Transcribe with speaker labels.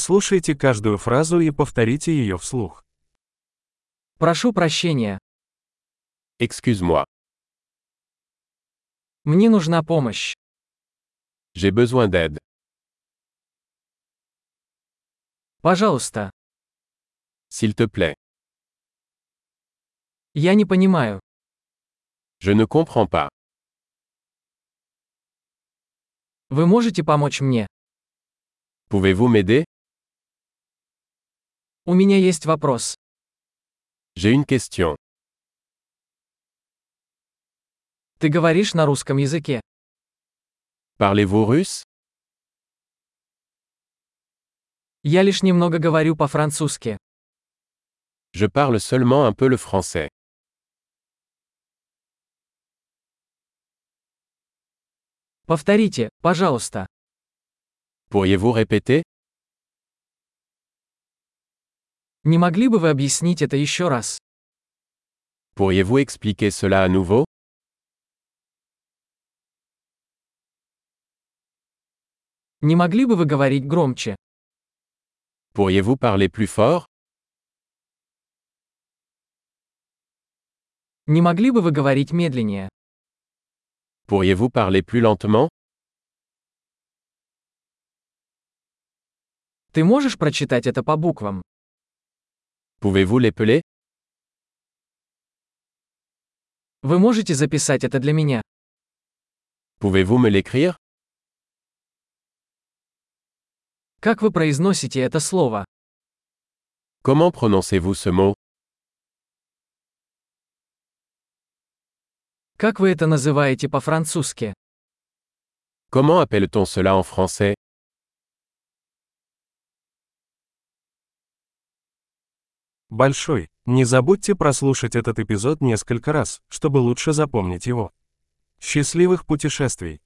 Speaker 1: Прослушайте каждую фразу и повторите ее вслух.
Speaker 2: Прошу прощения.
Speaker 3: Excuse-moi.
Speaker 2: Мне нужна помощь.
Speaker 3: J'ai besoin d'aide.
Speaker 2: Пожалуйста.
Speaker 3: S'il te plaît.
Speaker 2: Я не понимаю.
Speaker 3: Je ne comprends pas.
Speaker 2: Вы можете помочь мне?
Speaker 3: Pouvez-vous m'aider
Speaker 2: У меня есть вопрос.
Speaker 3: J'ai une question.
Speaker 2: Ты говоришь на русском языке.
Speaker 3: Parlez-vous russe
Speaker 2: Я лишь немного говорю по-французски.
Speaker 3: Je parle seulement un peu le français.
Speaker 2: Повторите, пожалуйста.
Speaker 3: Pourriez-vous répéter
Speaker 2: Не могли бы вы объяснить это еще раз?
Speaker 3: Pourriez-vous expliquer cela à nouveau
Speaker 2: Не могли бы вы говорить громче?
Speaker 3: Pourriez-vous parler plus fort
Speaker 2: Не могли бы вы говорить медленнее?
Speaker 3: Pourriez-vous parler plus lentement
Speaker 2: Ты можешь прочитать это по буквам?
Speaker 3: Pouvez-vous l'épeler
Speaker 2: Вы можете записать это для меня?
Speaker 3: Pouvez-vous me l'écrire
Speaker 2: Как вы произносите это слово?
Speaker 3: Comment prononcez-vous ce mot
Speaker 2: Как вы это называете по-французски?
Speaker 3: Comment appelle-t-on cela en français
Speaker 1: Большой. Не забудьте прослушать этот эпизод несколько раз, чтобы лучше запомнить его. Счастливых путешествий!